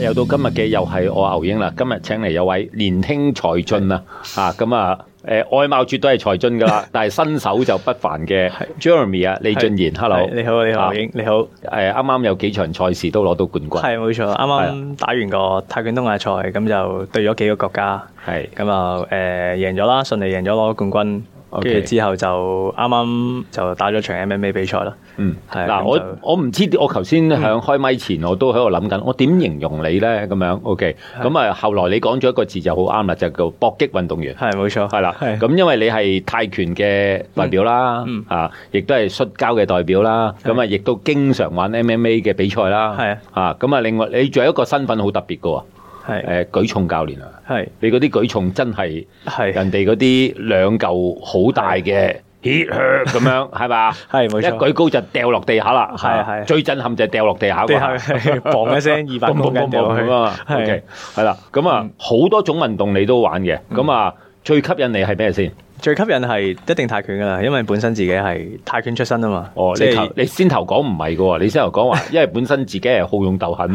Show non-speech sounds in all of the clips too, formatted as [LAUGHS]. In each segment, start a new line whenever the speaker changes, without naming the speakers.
又到今日嘅又係我牛英啦。今日請嚟有位年輕才俊啊，啊咁啊，誒、外貌絕對係才俊噶
[LAUGHS]
啦，但係身手就不凡嘅 Jeremy 啊，李俊賢，hello，
係你好，你好，
啊
英，你好，系
誒啱啱有幾場賽事都攞到冠軍，
冇錯，啱啱打完個泰拳東亞賽，咁就對咗幾個國家，
係
咁啊诶贏咗啦，順利贏咗攞咗冠軍，
OK
跟住之後就啱啱就打咗場 MMA 比賽啦。
嗯，
係
嗱，
咁
我
就嗯
我唔知，我頭先響開咪前我都喺度諗緊，我點形容你咧咁樣？OK，咁啊，後來你講咗一個字就好啱啦，就叫搏擊運動員。
係冇錯，
係啦，
係
咁因為你係泰拳嘅代表啦
嗯，
啊，亦都係摔跤嘅代表啦，咁啊，亦都經常玩 MMA 嘅比賽啦，
係
啊，咁啊，另外你仲有一個身份好特別嘅喎，
係
誒舉重教練啊，
係
你嗰啲舉重真係
係
人哋嗰啲兩嚿好大嘅。血咁
[LAUGHS]
樣係嘛？
係冇錯
一舉高就掉落地下啦。
係
啊
係
最震撼就係掉落地下
地
啩。
下係砰一聲
[LAUGHS]
二百公斤掉落去，
咁啊
係嗯
，OK，係啦，咁啊，好多種運動你都玩嘅，咁啊，最吸引你係咩先？
最吸引係一定泰拳噶啦，因為本身自己係泰拳出身啊嘛，
哦，
即
你
係
頭你先頭講唔係嘅喎，你先頭講話， [LAUGHS] 因為本身自己係好勇鬥狠，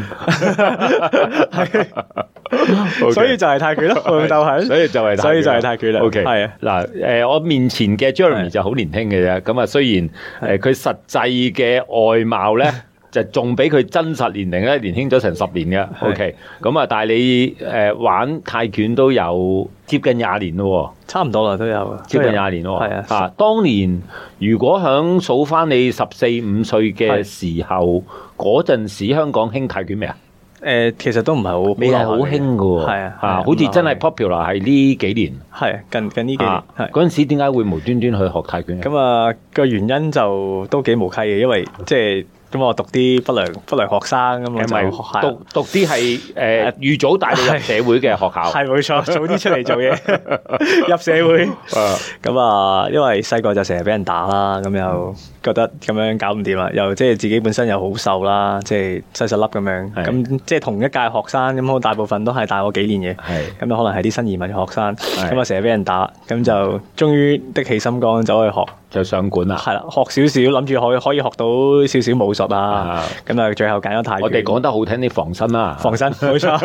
OK
[LAUGHS] 所以就係泰拳
[LAUGHS]
咯，奮鬥狠，
所以就係
所以就係泰拳啦
OK，
係啊
嗱，誒我面前嘅 Jeremy
係
就好年輕嘅啫，咁啊雖然誒佢實際嘅外貌咧。 [LAUGHS] 就仲比佢真實年齡咧年輕咗成十年嘅，OK，咁啊，但係你誒玩泰拳都有接近廿年咯
差唔多啦，都有
喎，接近廿年咯喎，
係啊
啊，當年如果響數翻你十四五歲嘅
係
時候，嗰陣時香港興泰拳未啊？
誒，其實都唔係好，
未啊係好興嘅喎，
係啊，係
啊，好似真係 popular 係呢幾年，
係近近呢幾年
啊，
係
嗰陣時點解會無端端去學泰拳嘅？
咁啊個原因就都幾無稽嘅，因為即係咁啊我讀啲不良不良學生咁我
係咪
就學下
讀讀啲係誒
[LAUGHS] 誒
預早帶你入社會嘅學校？
係冇錯，早啲出嚟做嘢，
[LAUGHS]
入社會。
啊
咁啊，因為細個就成日俾人打啦，咁
嗯
又覺得咁樣搞唔掂啦，又即係自己本身又好瘦啦，即係細細粒咁樣，
係
咁即係同一屆學生咁，我大部分都係大我幾年嘅。
係
咁就可能係啲新移民嘅學生，咁啊成日俾人打，咁
嗯
就終於的起心肝走去學，
就上館啊啦。
係啦，學少少，諗住可以可以學到少少武術啊
啊，
咁啊最後揀咗泰拳。
我哋講得好聽啲防身啦，[LAUGHS]
防身，冇錯，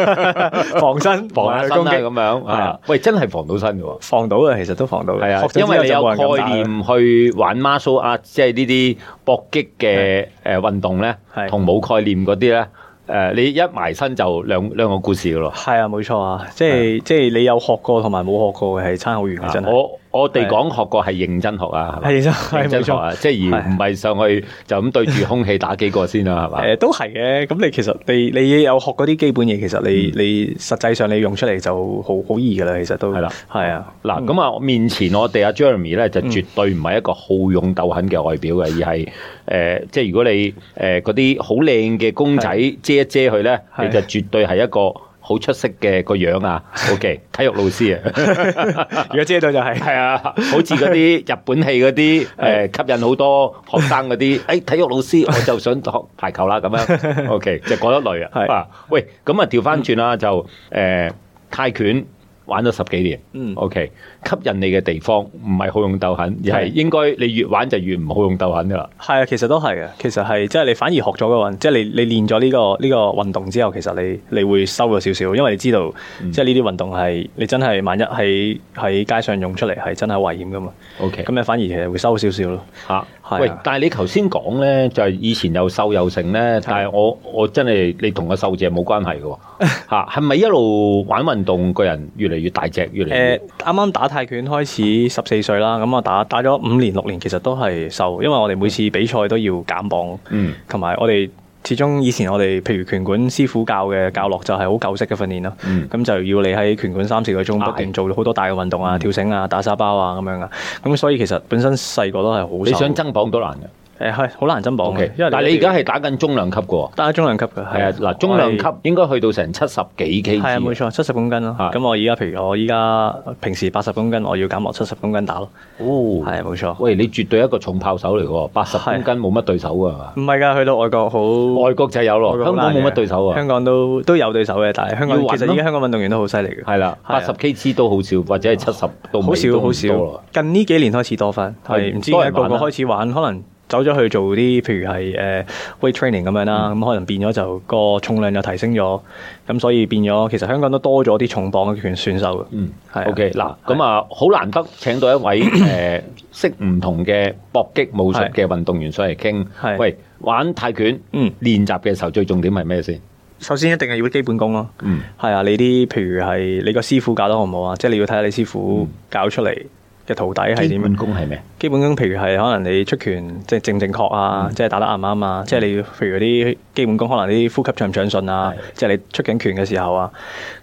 防身，
防下身
攻
啦
擊
咁樣
係
啊
啊。
喂，真係防到身嘅喎。
防到嘅，其實都防到嘅。
係啊
學，咗
因為你
之
有
後就冇人敢
概
打啦
念去玩 martial art，即係呢啲搏擊嘅誒運動咧，
係
同冇概念嗰啲咧，誒你一埋身就兩兩個故事嘅咯。
係啊，冇錯啊，即係即係你有學過同埋冇學過嘅係差好遠嘅，真係。
啊我我哋講學過係認真學啊，係咪？
係真
認
係
真
冇
學
錯。
啊，即係而唔係上去就咁對住空氣打幾個先啊啦，係嘛？
誒都係嘅，咁你其實你你有學嗰啲基本嘢，其實你你實際上你用出嚟就好好易噶啦，其實都
係啦
係啊，
嗱，咁啊，我面前我哋阿 Jeremy 咧就
嗯
絕對唔係一個好勇鬥狠嘅外表嘅，而
[LAUGHS]
係誒、呃即係如果你誒嗰啲好靚嘅公仔遮一遮佢咧，
係
你就絕對係一個好出色嘅個樣
[LAUGHS]
啊。OK，體育老師啊， [LAUGHS]
如果遮到就係
係啊，好似嗰
[LAUGHS]
啲日本戲嗰啲誒吸引好多學生嗰
[LAUGHS]
啲，誒、哎體育老師我就想學排球啦咁樣。OK，就嗰一類啊。
係
啊，喂，咁啊調翻轉啦，就誒、呃泰拳玩咗十幾年。
嗯
OK，吸引你嘅地方唔係好用鬥狠，而係
係
應該你越玩就越唔好用鬥狠噶啦。
係啊，其實都係嘅。其實係即係你反而學咗個運，即係你你練咗呢個呢個運動之後，其實你你會收咗少少，因為你知道、即係呢啲運動係你真係萬一喺喺街上用出嚟係真係危險噶嘛。
OK，
咁你反而其實會收少少咯。
嚇，
係啊
喂！但係你頭先講咧，就係以前又瘦又成咧，但係我我真係你同個瘦字係冇關係嘅
[LAUGHS]
喎，嚇係咪一路玩運動個人越嚟越大隻，越嚟
誒
越
呃啱啱打泰拳開始十四歲啦，咁我啊打打咗五年六年，其實都係瘦，因為我哋每次比賽都要減磅，
嗯
同埋我哋始終以前我哋譬如拳館師傅教嘅教落就係好舊式嘅訓練啦，
嗯
咁、就要你喺拳館三四個鐘不斷做好多大嘅運動
嗯
啊，跳繩啊，打沙包啊咁樣啊，咁所以其實本身細個都係好
你
瘦，
想增磅都難嘅。
誒係好難增磅嘅
OK，
因為
但係你而家
係
係打緊中量級嘅喎，
打中量級嘅，
係啊，嗱中量級應該去到成七十幾 K
係啊，冇
G，
錯，七十公斤咯。
係
咁我而家譬如我依家平時八十公斤，我要減落七十公斤打咯。
哦
係啊，冇錯。
喂，你絕對一個重炮手嚟嘅喎，八十公
係啊
斤冇乜對手啊㗎係嘛？
唔係㗎，去到外國好，
外國就有
外
咯，
國
香
好
港
難嘅
冇乜對手啊。
香港都都有對手嘅，但係香港
要運咯
其實而家香港運動員都好犀利嘅，
係啦，
係
八
啊
十 KG 都好少，或者係七十到
好
尾
少
都
好
唔多啦。
少。近呢幾年開始多翻，
係
係唔知點解
多人
個
玩啊
個
啦
開始玩，可能走咗去做啲譬如係誒、呃 weight training 咁樣啦，
嗯
咁、可能變咗就個重量就提升咗，咁所以變咗其實香港都多咗啲重磅嘅拳選手嘅。
嗯，
係啊
O K，嗱，咁啊，好難得請到一
[COUGHS]
位誒識唔同嘅搏擊武術嘅運動員上嚟傾。
係
喂，玩泰拳，
嗯
練習嘅時候最重點係咩先？
首先一定係要基本功咯。
嗯，
係啊，你啲譬如係你個師傅教得好唔好啊？即係你要睇下你師傅教出嚟嘅徒弟係
嗯基
點啊
本
樣。
功係咩？
基本功譬如係可能你出拳即係正唔正確啊，
嗯
即係打得啱唔啱啊，即係你譬如啲基本功可能啲呼吸暢唔暢順啊，即係你出緊拳嘅時候啊，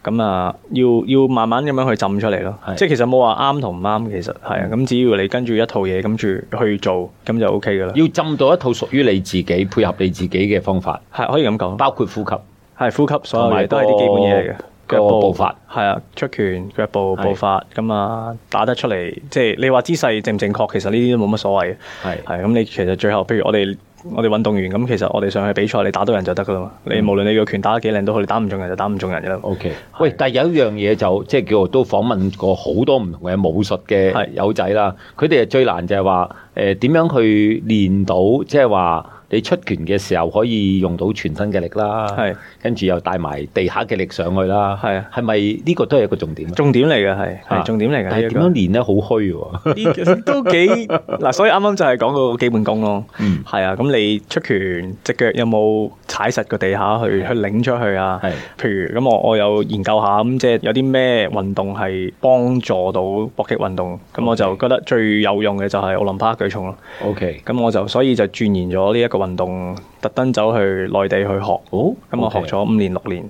咁啊要要慢慢咁樣去浸出嚟咯
係。嗯
即係其實冇話啱同唔啱，其實係啊，咁只要你跟住一套嘢跟住去做，咁就 O K 噶啦。
要浸到一套屬於你自己配合你自己嘅方法，
係可以咁講。
包括呼吸。
係呼吸，所有嘢都係
同埋
啲
個
基本嘢嚟嘅。
個
腳
步伐
係啊，出拳、腳步、
係
步伐咁啊，打得出嚟，即係你話姿勢正唔正確，其實呢啲都冇乜所謂嘅。
係
係咁，你其實最後，譬如我哋我哋運動員咁，其實我哋上去比賽，你打到人就得噶啦嘛。
嗯
你無論你個拳打得幾靚都好，你打唔中人就打唔中人嘅啦。
O K，喂，但係有一樣嘢就即係叫做都訪問過好多唔同嘅武術嘅
係
友仔啦，佢哋最難就係話誒點樣去練到，即係話你出拳嘅時候可以用到全身嘅力啦，
係
跟住又帶埋地下嘅力上去啦，
係啊
係咪呢個都係一個重點啊？
重點嚟嘅係
啊
係重點嚟嘅。
但係
呢一
點
個
樣練咧？好虛喎，
呢個都幾嗱，所以啱啱就係講嗰個基本功咯。
嗯
係啊，咁你出拳隻腳有冇踩實個地下去去擰出去啊？
係
譬如咁，我我有研究下咁，即係有啲咩運動係幫助到搏擊運動，咁我就覺得最有用嘅就係奧林匹克舉重咯。
O K，
咁我就所以就鑽研咗呢一個運動，特登走去內地去學。
好，
咁我學
OK
咗五年六年，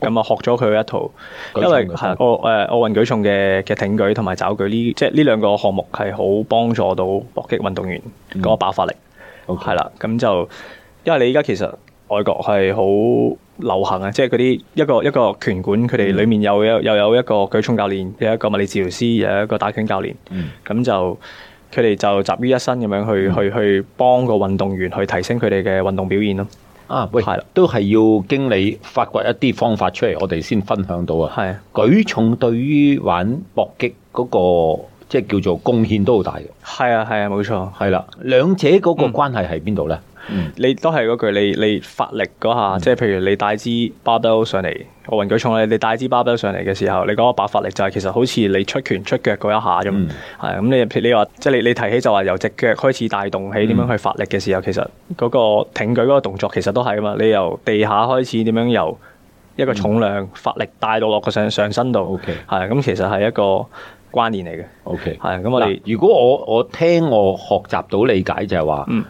咁啊學咗佢一套，
舉
因
重
為
嘅
係奧誒奧運舉重嘅嘅挺舉同埋抓舉呢，即係呢兩個項目係好幫助到搏擊運動員嗰個爆發力，
嗯 OK
係啦，咁就因為你而家其實外國係好流行啊，即係嗰啲一個一個拳館，佢
嗯
哋裡面有有又有一個舉重教練，有一個物理治療師，有一個打拳教練，
嗯
咁就。佢哋就集於一身咁樣去、去去幫個運動員去提升佢哋嘅運動表現咯。
啊，喂
係啦，
都係要經理發掘一啲方法出嚟，我哋先分享到啊。
係啊
舉重對於玩搏擊嗰、個即係叫做貢獻都好大嘅，
係啊，係啊，冇錯。
係啦。兩者嗰
嗯
個關係喺邊度咧？嗯，
你都係嗰句，你你發力嗰下，即係譬如你帶支巴 a 上嚟，奧運舉重咧，你帶支巴 a 上嚟嘅時候，你嗰個爆發力就係其實好似你出拳出腳嗰一下咁，
嗯
係咁、你譬如你話即係你你提起就話由只腳開始帶動起點樣去發力嘅時候，其實嗰個挺舉嗰個動作其實都係噶嘛，你由地下開始點樣由一個重量發力帶到落個上上身度
OK，
係咁其實係一個關聯嚟嘅，
O K，
係咁我哋
如果我我聽我學習到理解就係話，誒、
嗯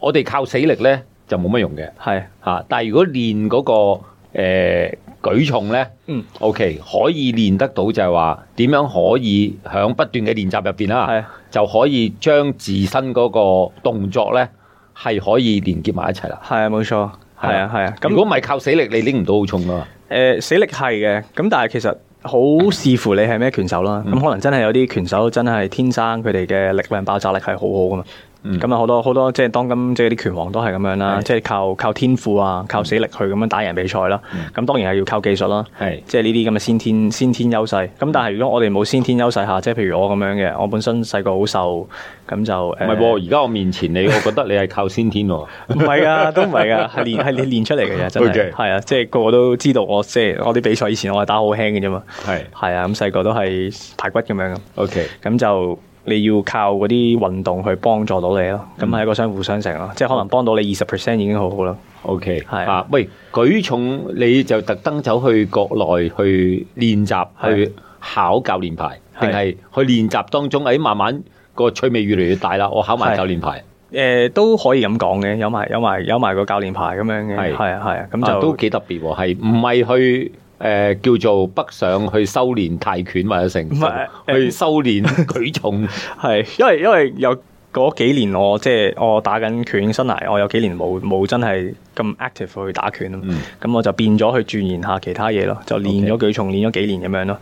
我哋靠死力咧就冇乜用嘅
係
嚇、但係如果練嗰、個、誒舉重咧，
嗯
O、k 可以練得到就係話點樣可以喺不斷嘅練習入邊
係
啦，就可以將自身嗰個動作咧係可以連結埋一齊啦。
係啊冇錯，係啊係啊，
咁如果唔係靠死力，你拎唔到好重啊嘛。
誒、呃死力係嘅，咁但係其實好視乎你係咩拳手
嗯
啦。咁、可能真係有啲拳手真係天生佢哋嘅力量爆炸力係好好噶嘛。咁啊好多好多即係當今即係啲拳王都係咁樣啦，
嗯係嗯
即係靠靠天賦啊，靠死力去咁樣打贏比賽啦。咁、當然係要靠技術啦。
係
即係呢啲咁嘅先天先天優勢，咁但係如果我哋冇先天優勢下，即係譬如我咁樣嘅，我本身細個好瘦，咁就誒
唔係喎，而家我面前你，我覺得你係靠先天喎。
唔係噶，都唔係噶，係練係練練出嚟嘅啫，
[LAUGHS]
真
Okay
係係啊，即係個個都知道我即係我啲比賽以前我係打好輕嘅啫嘛，
係
[LAUGHS] 係啊，咁細個都係排骨咁樣咁，
OK，
咁就你要靠嗰啲運動去幫助到你咯，咁係一個相輔相成
嗯
咯，即係可能幫到你二十 percent 已經好好啦。
OK，
係
啊，喂，舉重你就特登走去國內去練習，
係
去考教練牌，
係
定係去練習當中，哎誒慢慢個趣味越嚟越大啦，我考埋
係
教練牌，
誒、都可以咁講嘅，有埋有埋有埋個教練牌咁樣嘅，
係
係啊係啊，咁
啊
就
都幾特別喎，係唔係去？誒、叫做北上去修練泰拳或者成，
唔係
就去修練舉重，
係，因為因為有嗰幾年我即係我打緊拳生涯，我有幾年冇冇真係咁 active 去打拳啊嘛
嗯
咁我就變咗去鑽研下其他嘢咯，就練咗舉重，練咗幾年咁樣咯。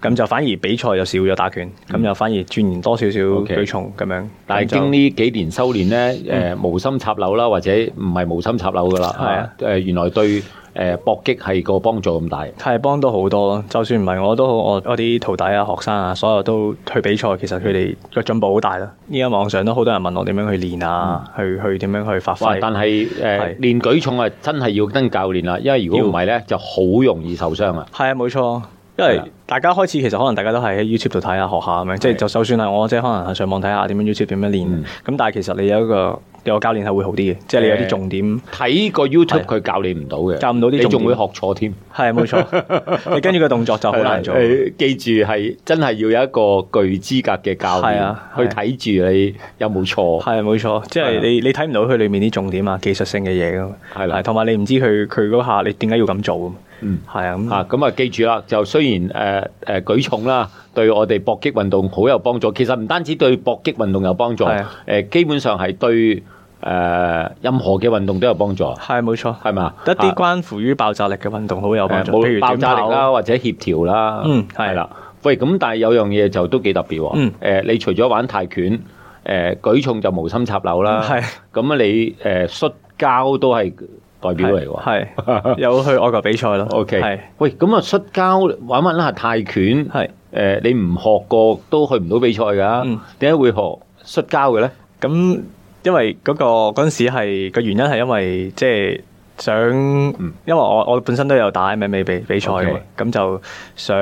咁就反而比賽就少咗打拳，咁就反而鑽研多少少
嗯 OK
舉重咁樣。
但係
咁就嗯
經呢幾年修練咧，誒、無心插柳啦，或者唔係無心插柳噶啦，
係啊
誒、原來對誒、搏擊係個幫助咁大。
係幫到好多咯，就算唔係我都好，我我啲徒弟啊、學生啊，所有都去比賽，其實佢哋個進步好大咯。依家網上都好多人問我點樣去練啊，去去點樣去發
嗯哇！
揮。
但係誒、
係
練舉重啊，真係要跟教練啦，因為如果唔係咧，就好容易受傷啊。
係啊，冇錯，因為
係啊
大家開始其實可能大家都係喺 YouTube 度睇下學下咁樣，即係
係啊
就就算係我即係可能係上網睇下點樣 YouTube 點樣練，咁、
嗯
但係其實你有一個有個教練係會好啲嘅，即係你有啲重
嗯
點
睇個 YouTube 佢教你唔到嘅，
教唔到啲
你
重
仲
點
會學錯添。
係啊
[LAUGHS]
冇錯，你跟住個動作就好
啊
難做。
誒記住係真係要有一個具資格嘅教
係
練
啊
去睇住你有冇錯。
係冇錯，即
係啊
係你你睇唔到佢裏面啲重點啊、技術性嘅嘢噶嘛，
係啦
係同埋你唔知佢佢嗰下你點解要咁做啊嘛，
嗯
係啊，咁
啊，咁啊，記住啦，就雖然誒誒、呃舉重啦，對我哋搏擊運動好有幫助，其實唔單止對搏擊運動有幫助，
係
誒
啊、
基本上係對誒、呃任何嘅運動都有幫助，
係啊冇錯，
係嘛？
一啲
啊
關乎於爆炸力嘅運動好有幫
誒
助，
冇
譬如
爆
短
炸力
跑
啦，或者協調啦，
嗯係
啦。喂，咁但係有樣嘢就都幾特別喎、
嗯
呃你除咗玩泰拳，誒、舉重就無心插柳啦，
嗯係
咁啊，你誒摔跤都係代表嚟喎。
係係有去外國比賽咯
O K，
係
喂，咁啊，摔跤玩玩下泰拳，
係
誒、你唔學過都去唔到比賽㗎
嗯，
點解、會學摔跤嘅咧？
咁因為嗰、個嗰陣時係個原因係因為即係想，因為我我本身都有打 MMA 比比賽
嗯
嘅
OK
嘛，咁就想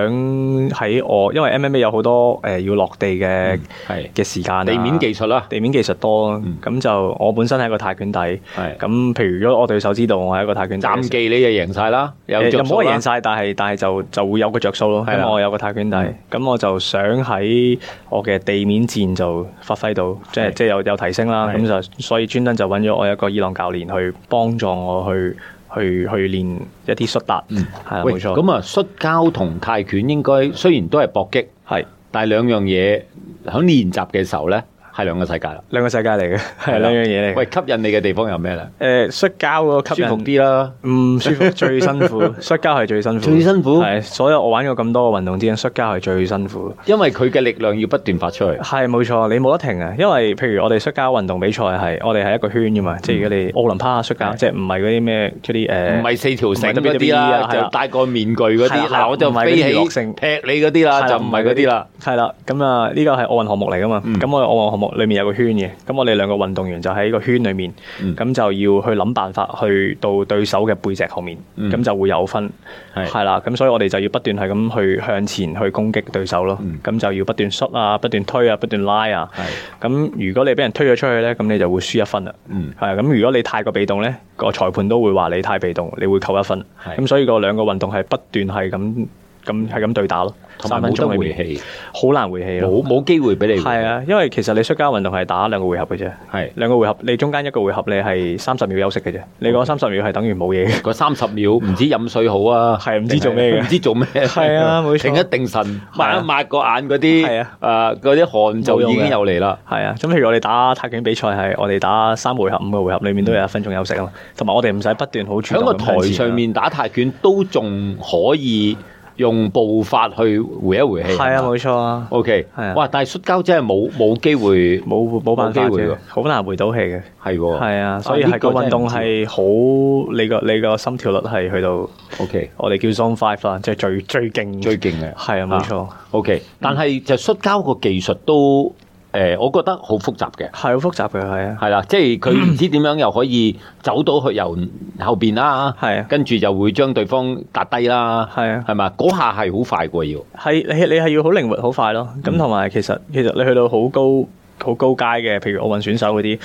喺我因為 MMA 有好多誒、呃要落地嘅
係
嘅時間啊
嗯地面技術嗯啦，
地面技術多，咁、就我本身係一個泰拳底，
係
咁譬如如果我對手知道我係一個泰拳底嘅時候，
暫技你就贏晒啦，有
誒又
着
冇
數
話
啦
贏。晒，但係但係就就會有個着數咯。
係啦嗯
咁我有個泰拳底，咁、我就想喺我嘅地面戰就發揮到，即係
係
即係有有提升啦。
係
咁就所以專登就揾咗我一個伊朗教練去幫助我去去去練一啲摔達，係啦
喂，
冇錯。
咁啊，摔跤同泰拳應該雖然都係搏擊，
係
但係兩樣嘢喺練習嘅時候咧，係兩個世界啦。
兩個世界嚟嘅，係
啦
兩樣嘢嚟嘅
喂，。吸引你嘅地方有咩咧？
誒摔跤嗰個吸
舒
引
服啲啦，
唔舒服，最
[LAUGHS]
辛苦，摔跤係最辛苦，
最辛苦
係所有我玩過咁多個運動之間，摔跤係最辛苦。
因為佢嘅力量要不斷發出去。
係冇錯，你冇得停啊！因為譬如我哋摔跤運動比賽係，我哋係一個圈噶嘛，即係如果你奧林匹克摔跤，即係唔係嗰啲咩嗰啲呃誒，
唔係四條繩嗰啲
唔係
啦，
WWE
就戴個面具嗰
係
啲，
啦
嗱我就
唔係嗰啲
飛起
娛樂性
劈你嗰啲啦，就唔係嗰啲啦。。嗯
係啦，咁啊呢個係奧運項目嚟噶嘛，咁我哋奧運項目裏面有個圈嘅，咁我哋兩個運動員就喺個圈裏面，
嗯
咁就要去諗辦法去到對手嘅背脊後面，咁就會有分。
嗯係
係啦，咁所以我哋就要不斷係咁去向前去攻擊對手咯，
嗯
咁就要不斷摔啊，不斷推啊，不斷拉啊。咁如果你俾人推咗出去咧，咁你就會輸一分啦。
嗯
係啊咁如果你太過被動咧，個裁判都會話你太被動，你會扣一分。
係
咁所以個兩個運動係不斷係咁咁係咁對打咯，
同埋
三分
冇得
鐘裏
回
面
氣，
好難回氣咯。
冇冇機會俾你回氣。
係啊，因為其實你摔跤運動係打兩個回合嘅啫，
係
兩個回合，你中間一個回合你係三十秒休息嘅啫，你
哦
嗰三十秒係等於冇嘢嘅。 [LAUGHS]
嗰三十秒唔知飲水好啊，
係唔知做咩嘅
唔知做咩，
係啊冇錯
定一定神，抹一抹個眼嗰
係
啲，
啊
誒嗰啲汗就已經有嚟啦。
係啊，咁譬如我哋打泰拳比賽係，我哋打三回合、五個回合，裏面都有一分鐘休息啊嘛，同埋我哋唔使不斷好主
喺
動
個
咁向
台
前啊
上。面打泰拳都仲可以用步法去回一回氣。
係啊，冇錯啊，
O K，
係啊
哇！但係摔跤真係冇冇機會，
冇冇辦法
冇機會喎
嘅，好難回到氣嘅。
係喎。
係啊，所以
呢
係個
個真係唔
運動
知
係好，你個你個心跳率係去到
O K
我哋叫 zone five 啦，即係最最勁
最勁嘅。
係啊，冇錯，
O K，但係就摔跤個技術都誒，我覺得好複雜嘅。
係好複雜嘅，係啊，
係啦，即係佢
[CLEARS THROAT]
唔知點樣又可以走到去由後邊啦，
係啊
跟住就會將對方打低啦，
係啊
係嘛？嗰下係好快過要，
係你你係要好靈活、好快咯。
嗯
咁同埋其實其實你去到好高。好高階嘅，譬如奧運選手嗰啲，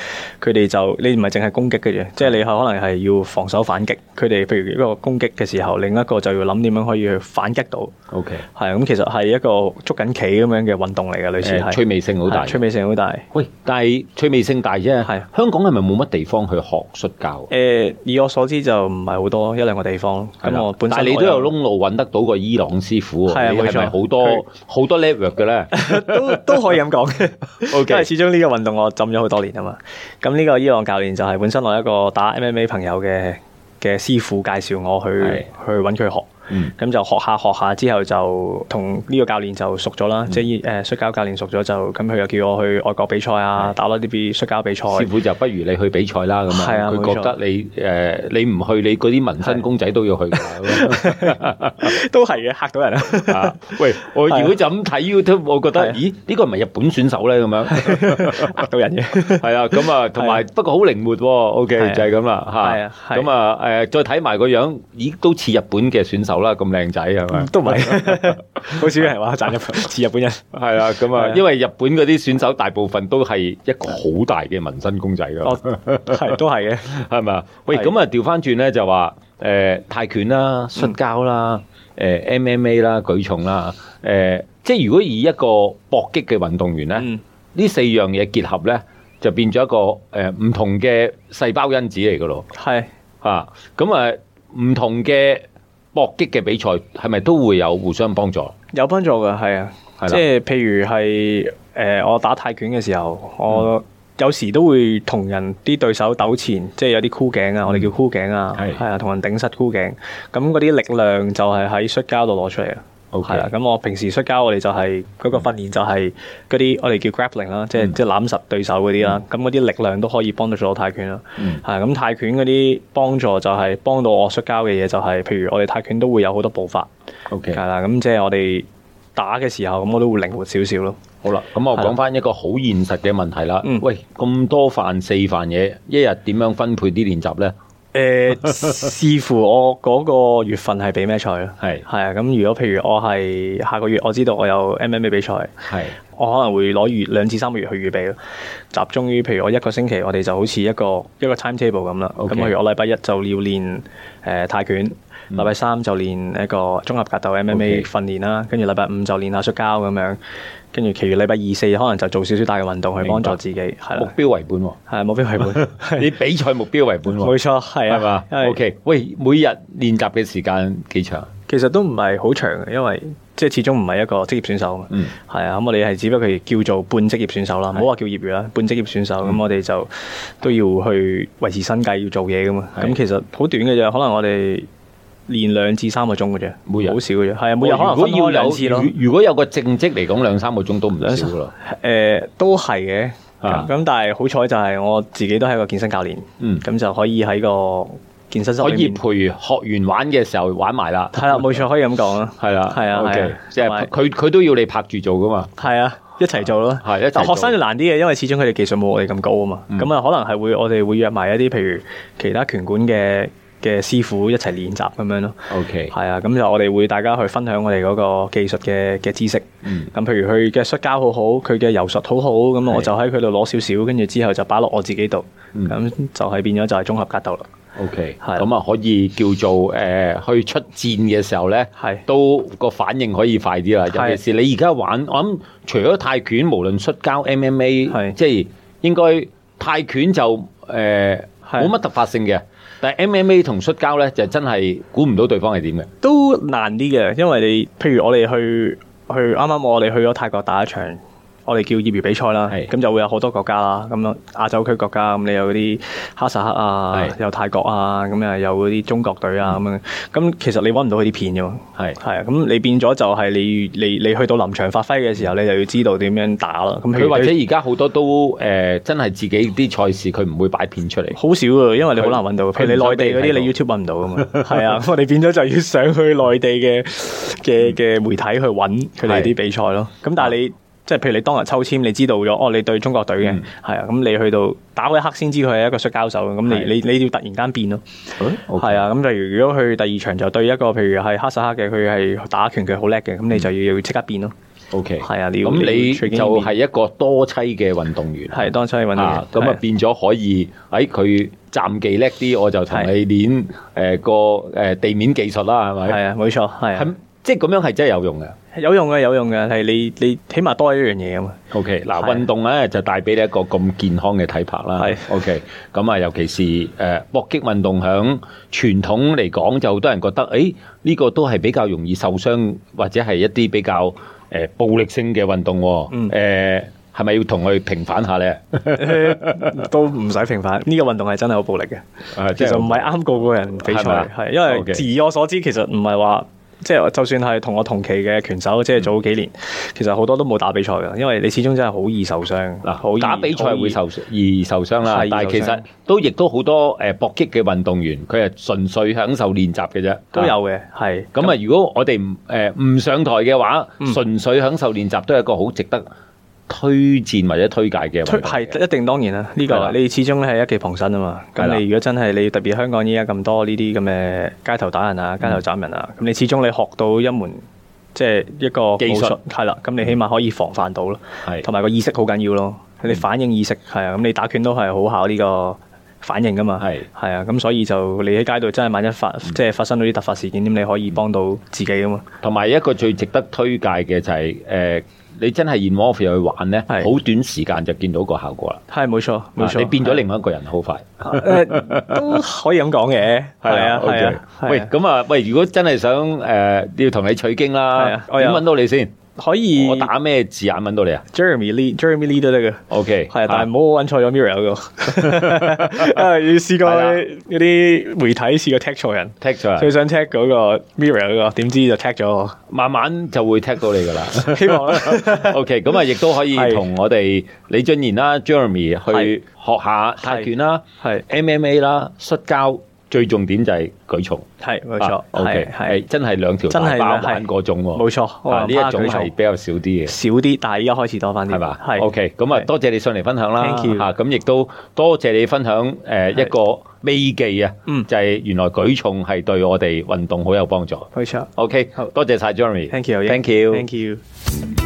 佢哋就你唔係淨係攻擊嘅啫，
嗯
即係你可能係要防守反擊。佢哋譬如一個攻擊嘅時候，另一個就要諗點樣可以去反擊到。
OK，
係啊咁，其實係一個捉緊棋咁樣嘅運動嚟嘅，類似係
趣味性好大
係。趣味性好大。
喂，但係趣味性大啫，
係
香港係咪冇乜地方去學摔跤？
誒、以我所知就唔係好多一兩個地方。
係啦
咁我本身
但係你
我
都有窿路揾得到個伊朗師傅
係啊
喎，你
冇
係咪
錯
好多
佢
好多 level 嘅
[LAUGHS]
咧
都都可以咁講嘅。
？OK，
因為始終呢個運動我浸咗好多年啊嘛。咁呢個伊朗教練就係本身我一個打 MMA 朋友嘅嘅師傅介紹我去
係
去揾佢學。
嗯
咁就學下學下之後就同呢個教練就熟咗啦，
嗯
即係誒摔跤教練熟咗就咁，佢又叫我去外國比賽啊，打多啲比摔跤比賽。
師傅就不如你去比賽啦咁樣，
係啊
佢覺得你誒你唔去，你嗰啲紋身公仔都要去㗎。
[LAUGHS] 都係嘅，嚇到人
[LAUGHS]
啊！
啊喂，我如果就咁睇 YouTube，我覺
係
得
啊
咦呢個唔係日本選手咧咁
[LAUGHS]
樣，
呃到人嘅。
係啊咁啊，同埋不過好靈活喎。
係
OK
啊
就係咁啦
係啊
嚇，
係
咁啊誒再睇埋個樣，咦都似日本嘅選手啦，咁靚仔係咪？
都唔係，好少人話賺日本似日
[LAUGHS]
本人。
係啦，咁啊
係，啊
因為日本嗰啲選手大部分都係一個好大嘅紋身公仔㗎
哦。，係都係嘅，
係咪啊？喂，
係
咁啊調翻轉咧就話誒、泰拳啦、摔跤啦、誒、MMA
嗯
啦、舉重啦，誒、即係如果以一個搏擊嘅運動員咧，呢、
嗯
四樣嘢結合咧，就變咗一個誒唔、同嘅細胞因子嚟噶咯
係
嚇。咁啊唔同嘅搏擊嘅比賽係咪都會有互相幫助？
有幫助嘅，係啊
係啦，
即係譬如係誒，我打泰拳嘅時候，
嗯
我有時都會同人啲對手糾纏，即係有啲箍頸啊，我哋叫箍頸啊，
嗯係
係啊，同人頂膝箍頸，咁嗰啲力量就係喺摔跤度攞出嚟啊。
OK 嗯
係啦，咁我平時摔跤我哋就係嗰個訓練就係嗰啲我哋叫 grappling 啦，即係即係攬實對手嗰啲啦，咁嗰啲力量都可以幫到做到泰拳啦。
嗯
係咁泰拳嗰啲幫助就係幫到我摔跤嘅嘢就係，譬如我哋泰拳都會有好多步伐，
OK
係啦，咁即係我哋打嘅時候咁我都會靈活少少咯。
好啦，咁我
係啦
講翻一個好現實嘅問題啦。
嗯
喂，咁多飯四飯嘢，一日點樣分配啲練習咧？
[LAUGHS] 誒、視乎我嗰個月份係比咩賽咯。
係
[LAUGHS] 係啊，咁如果譬如我係下個月，我知道我有 MMA 比賽，
係
我可能會攞月兩至三個月去預備咯。集中於譬如我一個星期，我哋就好似一個一個 timetable 咁啦。咁
OK
譬如我禮拜一就要練誒、呃泰拳，禮拜三就練一個綜合格鬥
OK
MMA 訓練啦，跟住禮拜五就練下摔跤咁樣，跟住其餘禮拜二四可能就做少少大嘅運動去幫助自己，係
目
啦，
標為本喎、
係目標係
[LAUGHS]
會，
你比賽目標為本喎、
冇錯，係啊，
係嘛
因為
？OK，喂，每日練習嘅時間幾長？
其實都唔係好長嘅，因為即係始終唔係一個職業選手啊嘛。
嗯
係啊，咁我哋係只不過係叫做半職業選手啦，唔好話叫業餘啦，半職業選手
嗯
咁，我哋就都要去維持生計，要做嘢噶嘛。
係
咁其實好短嘅啫，可能我哋練兩至三個鐘嘅啫，
每日哦
好少嘅啫。係啊，每日
如
可
果
能分開
要
兩
有
次咯。
如如果有個正職嚟講，兩三個鐘都唔少噶啦。
誒、都係嘅，
啊
咁咁但係好彩就係我自己都係一個健身教練，
嗯
咁就可以喺個健身室
可
裏
以
面，
陪學員玩嘅時候玩埋啦。
係啊啦，冇錯，可以咁講啦，
係啦，
係啊，係
OK，
啊，
即
同埋
係佢佢都要你拍住做噶嘛。
係啊，一齊做咯。
係一齊
但
做嗯
學生就難啲嘅，因為始終佢哋技術冇我哋咁高啊嘛。咁啊、可能係會我哋會約埋一啲譬如其他拳館嘅嘅師傅一齊練習咁樣咯。
OK，
係啊，咁就我哋會大家去分享我哋嗰個技術嘅嘅知識。咁、
嗯
譬如佢嘅摔跤好好，佢嘅柔術好好，咁我就喺佢度攞少少，跟住之後就擺落我自己度。
嗯
咁、就係變咗就係綜合格鬥啦。
OK，
係啦
咁啊可以叫做誒、呃去出戰嘅時候咧，
係
都個反應可以快啲啦。尤其是你而家玩，我諗除咗泰拳，無論摔跤、MMA，
係
即係應該泰拳就誒
係
冇乜突發性嘅，但係 MMA 同摔跤咧就真係估唔到對方係點嘅。
都難啲嘅，因為你譬如我哋去去啱啱我哋去咗泰國打一場，我哋叫業餘比賽啦，
係
咁就會有好多國家啦，咁樣亞洲區國家，咁你有嗰啲哈薩克啊，
係嗯
有泰國啊，咁啊有嗰啲中國隊啊咁樣，咁其實你揾唔到佢啲片㗎嘛。
係
係啊，咁你變咗就係你你你去到臨場發揮嘅時候，你就要知道點樣打啦。咁譬
佢
如
或者
對
而家好多都誒、呃真係自己啲賽事佢唔會擺片出嚟。
好少啊，因為你好難揾到，
佢
譬如你
佢
內地嗰
唔想俾
啲，
你
你 YouTube 揾唔到噶嘛。
[LAUGHS]
係啊，我哋變咗就要上去內地嘅嘅嘅媒體去揾佢哋啲比賽咯。咁
啊
但係你即係譬如你當日抽籤，你知道咗哦，你對中國隊嘅
嗯
係啊，咁你去到打嗰一刻先知佢係一個摔跤手，咁
係
你你你要突然間變咯。
哦
係啊，咁例如如果去第二場就對一個譬如係哈薩克嘅，佢係打拳腳好叻嘅，咁
嗯
你就要要即刻變咯。
，OK，
係啊你要
咁
你
你
要隨機
就
應變
係一個多妻嘅運動員。
係當初去揾
啊，
到
咁
嘅
啊變咗可以喺佢站技叻啲，我就同你練誒個誒地面技術啦，係咪？
係啊，冇錯，係啊
係，即係咁樣係真係有用嘅。
有用嘅有用嘅，係你你起碼多一樣嘢啊嘛。
OK，嗱
係
運動咧就帶俾你一個咁健康嘅體魄啦。
係
OK，咁啊尤其是誒、呃搏擊運動響傳統嚟講，就好多人覺得誒呢、個都係比較容易受傷或者係一啲比較誒、呃暴力性嘅運動喎、
嗯
呃係、係咪要同佢平反下咧？
都唔使平反。呢個運動係真係好暴力嘅，
啊即
其
係
實唔係啱個個人比賽，
係咪啊
係因為
OK
自我所知，其實唔係話。即係就算係同我同期嘅拳手，即係早幾年，其實好多都冇打比賽㗎，因為你始終真係好易受傷。好
嗱，
易
打比賽會
好
受易受傷啦
係，
但係其
易受傷
實都亦都好多誒搏擊嘅運動員，佢係純粹享受練習嘅啫，
易都有。嘅，係
咁啊，如果我哋唔誒唔上台嘅話，
嗯
純粹享受練習都係一個好值得推薦或者推介嘅運動
推
嚟嘅。
係一定當然啦，呢、
係
個
啦
你始終係一技傍身啊嘛。
係啦
咁你如果真係你特別香港依家咁多呢啲咁嘅街頭打人
嗯
啊、街頭斬人啊，咁、你始終你學到一門即係一個
技
武
術
係啦，咁你起碼可以防範到咯，
係
同埋個意識好緊要咯。
嗯
你反應意識係啊，咁你打拳都係好考呢個反應噶嘛。
係嗯
係啊，咁所以就你喺街度真係萬一發即係發生到啲突發事件，咁你可以幫到自己噶嘛。
同埋一個最值得推介嘅就係、誒、你真係 involve 去玩咧，
係
好短時間就見到個效果啦。
係冇錯冇
啊
錯，
你
[LAUGHS]
變咗另外一個人好快。
誒都可以咁講嘅，係啊係啊
OK。
係啊
喂，咁啊，喂，如果真係想誒、要同你取經
係
啦
啊，我有
點揾到你先？
可以
我打咩字眼揾到你啊
Jeremy Lee，Jeremy Lee 都得嘅。
？OK，
係啊，但
係
係唔好揾錯咗 Mirror
[LAUGHS]
嗰個，因為試過
係啦
嗰啲媒體試過 tag 錯人，
踢咗啊
最想 tag 嗰個 Mirror 嗰個，點知就 tag
[LAUGHS]
咗我。
慢慢就會踢到你噶啦。
希望
[LAUGHS]
啦， [LAUGHS]
OK，咁啊，亦都可以
係
同我哋李俊賢啦、Jeremy 去學下泰拳啦、
係
MMA 啦、摔跤，最重點就係舉重。
係冇錯
啊，
係
，OK，
係
係真係兩條
真
大
係
包
兩
玩
係
嗰種喎，
冇錯我
啊
阿
呢
媽
一種
舉重
係比較少啲嘅。
少啲，但係而家開始多翻啲，
係嘛
係
？OK，咁啊，
係
多謝你上嚟分享啦，
Thank you
嚇咁亦都多謝你分享誒一個秘技啊，
嗯
就係原來舉重係對我哋運動好有幫助。
冇錯
OK，
好
多謝晒 Jeremy，
，thank you，
thank you。
you。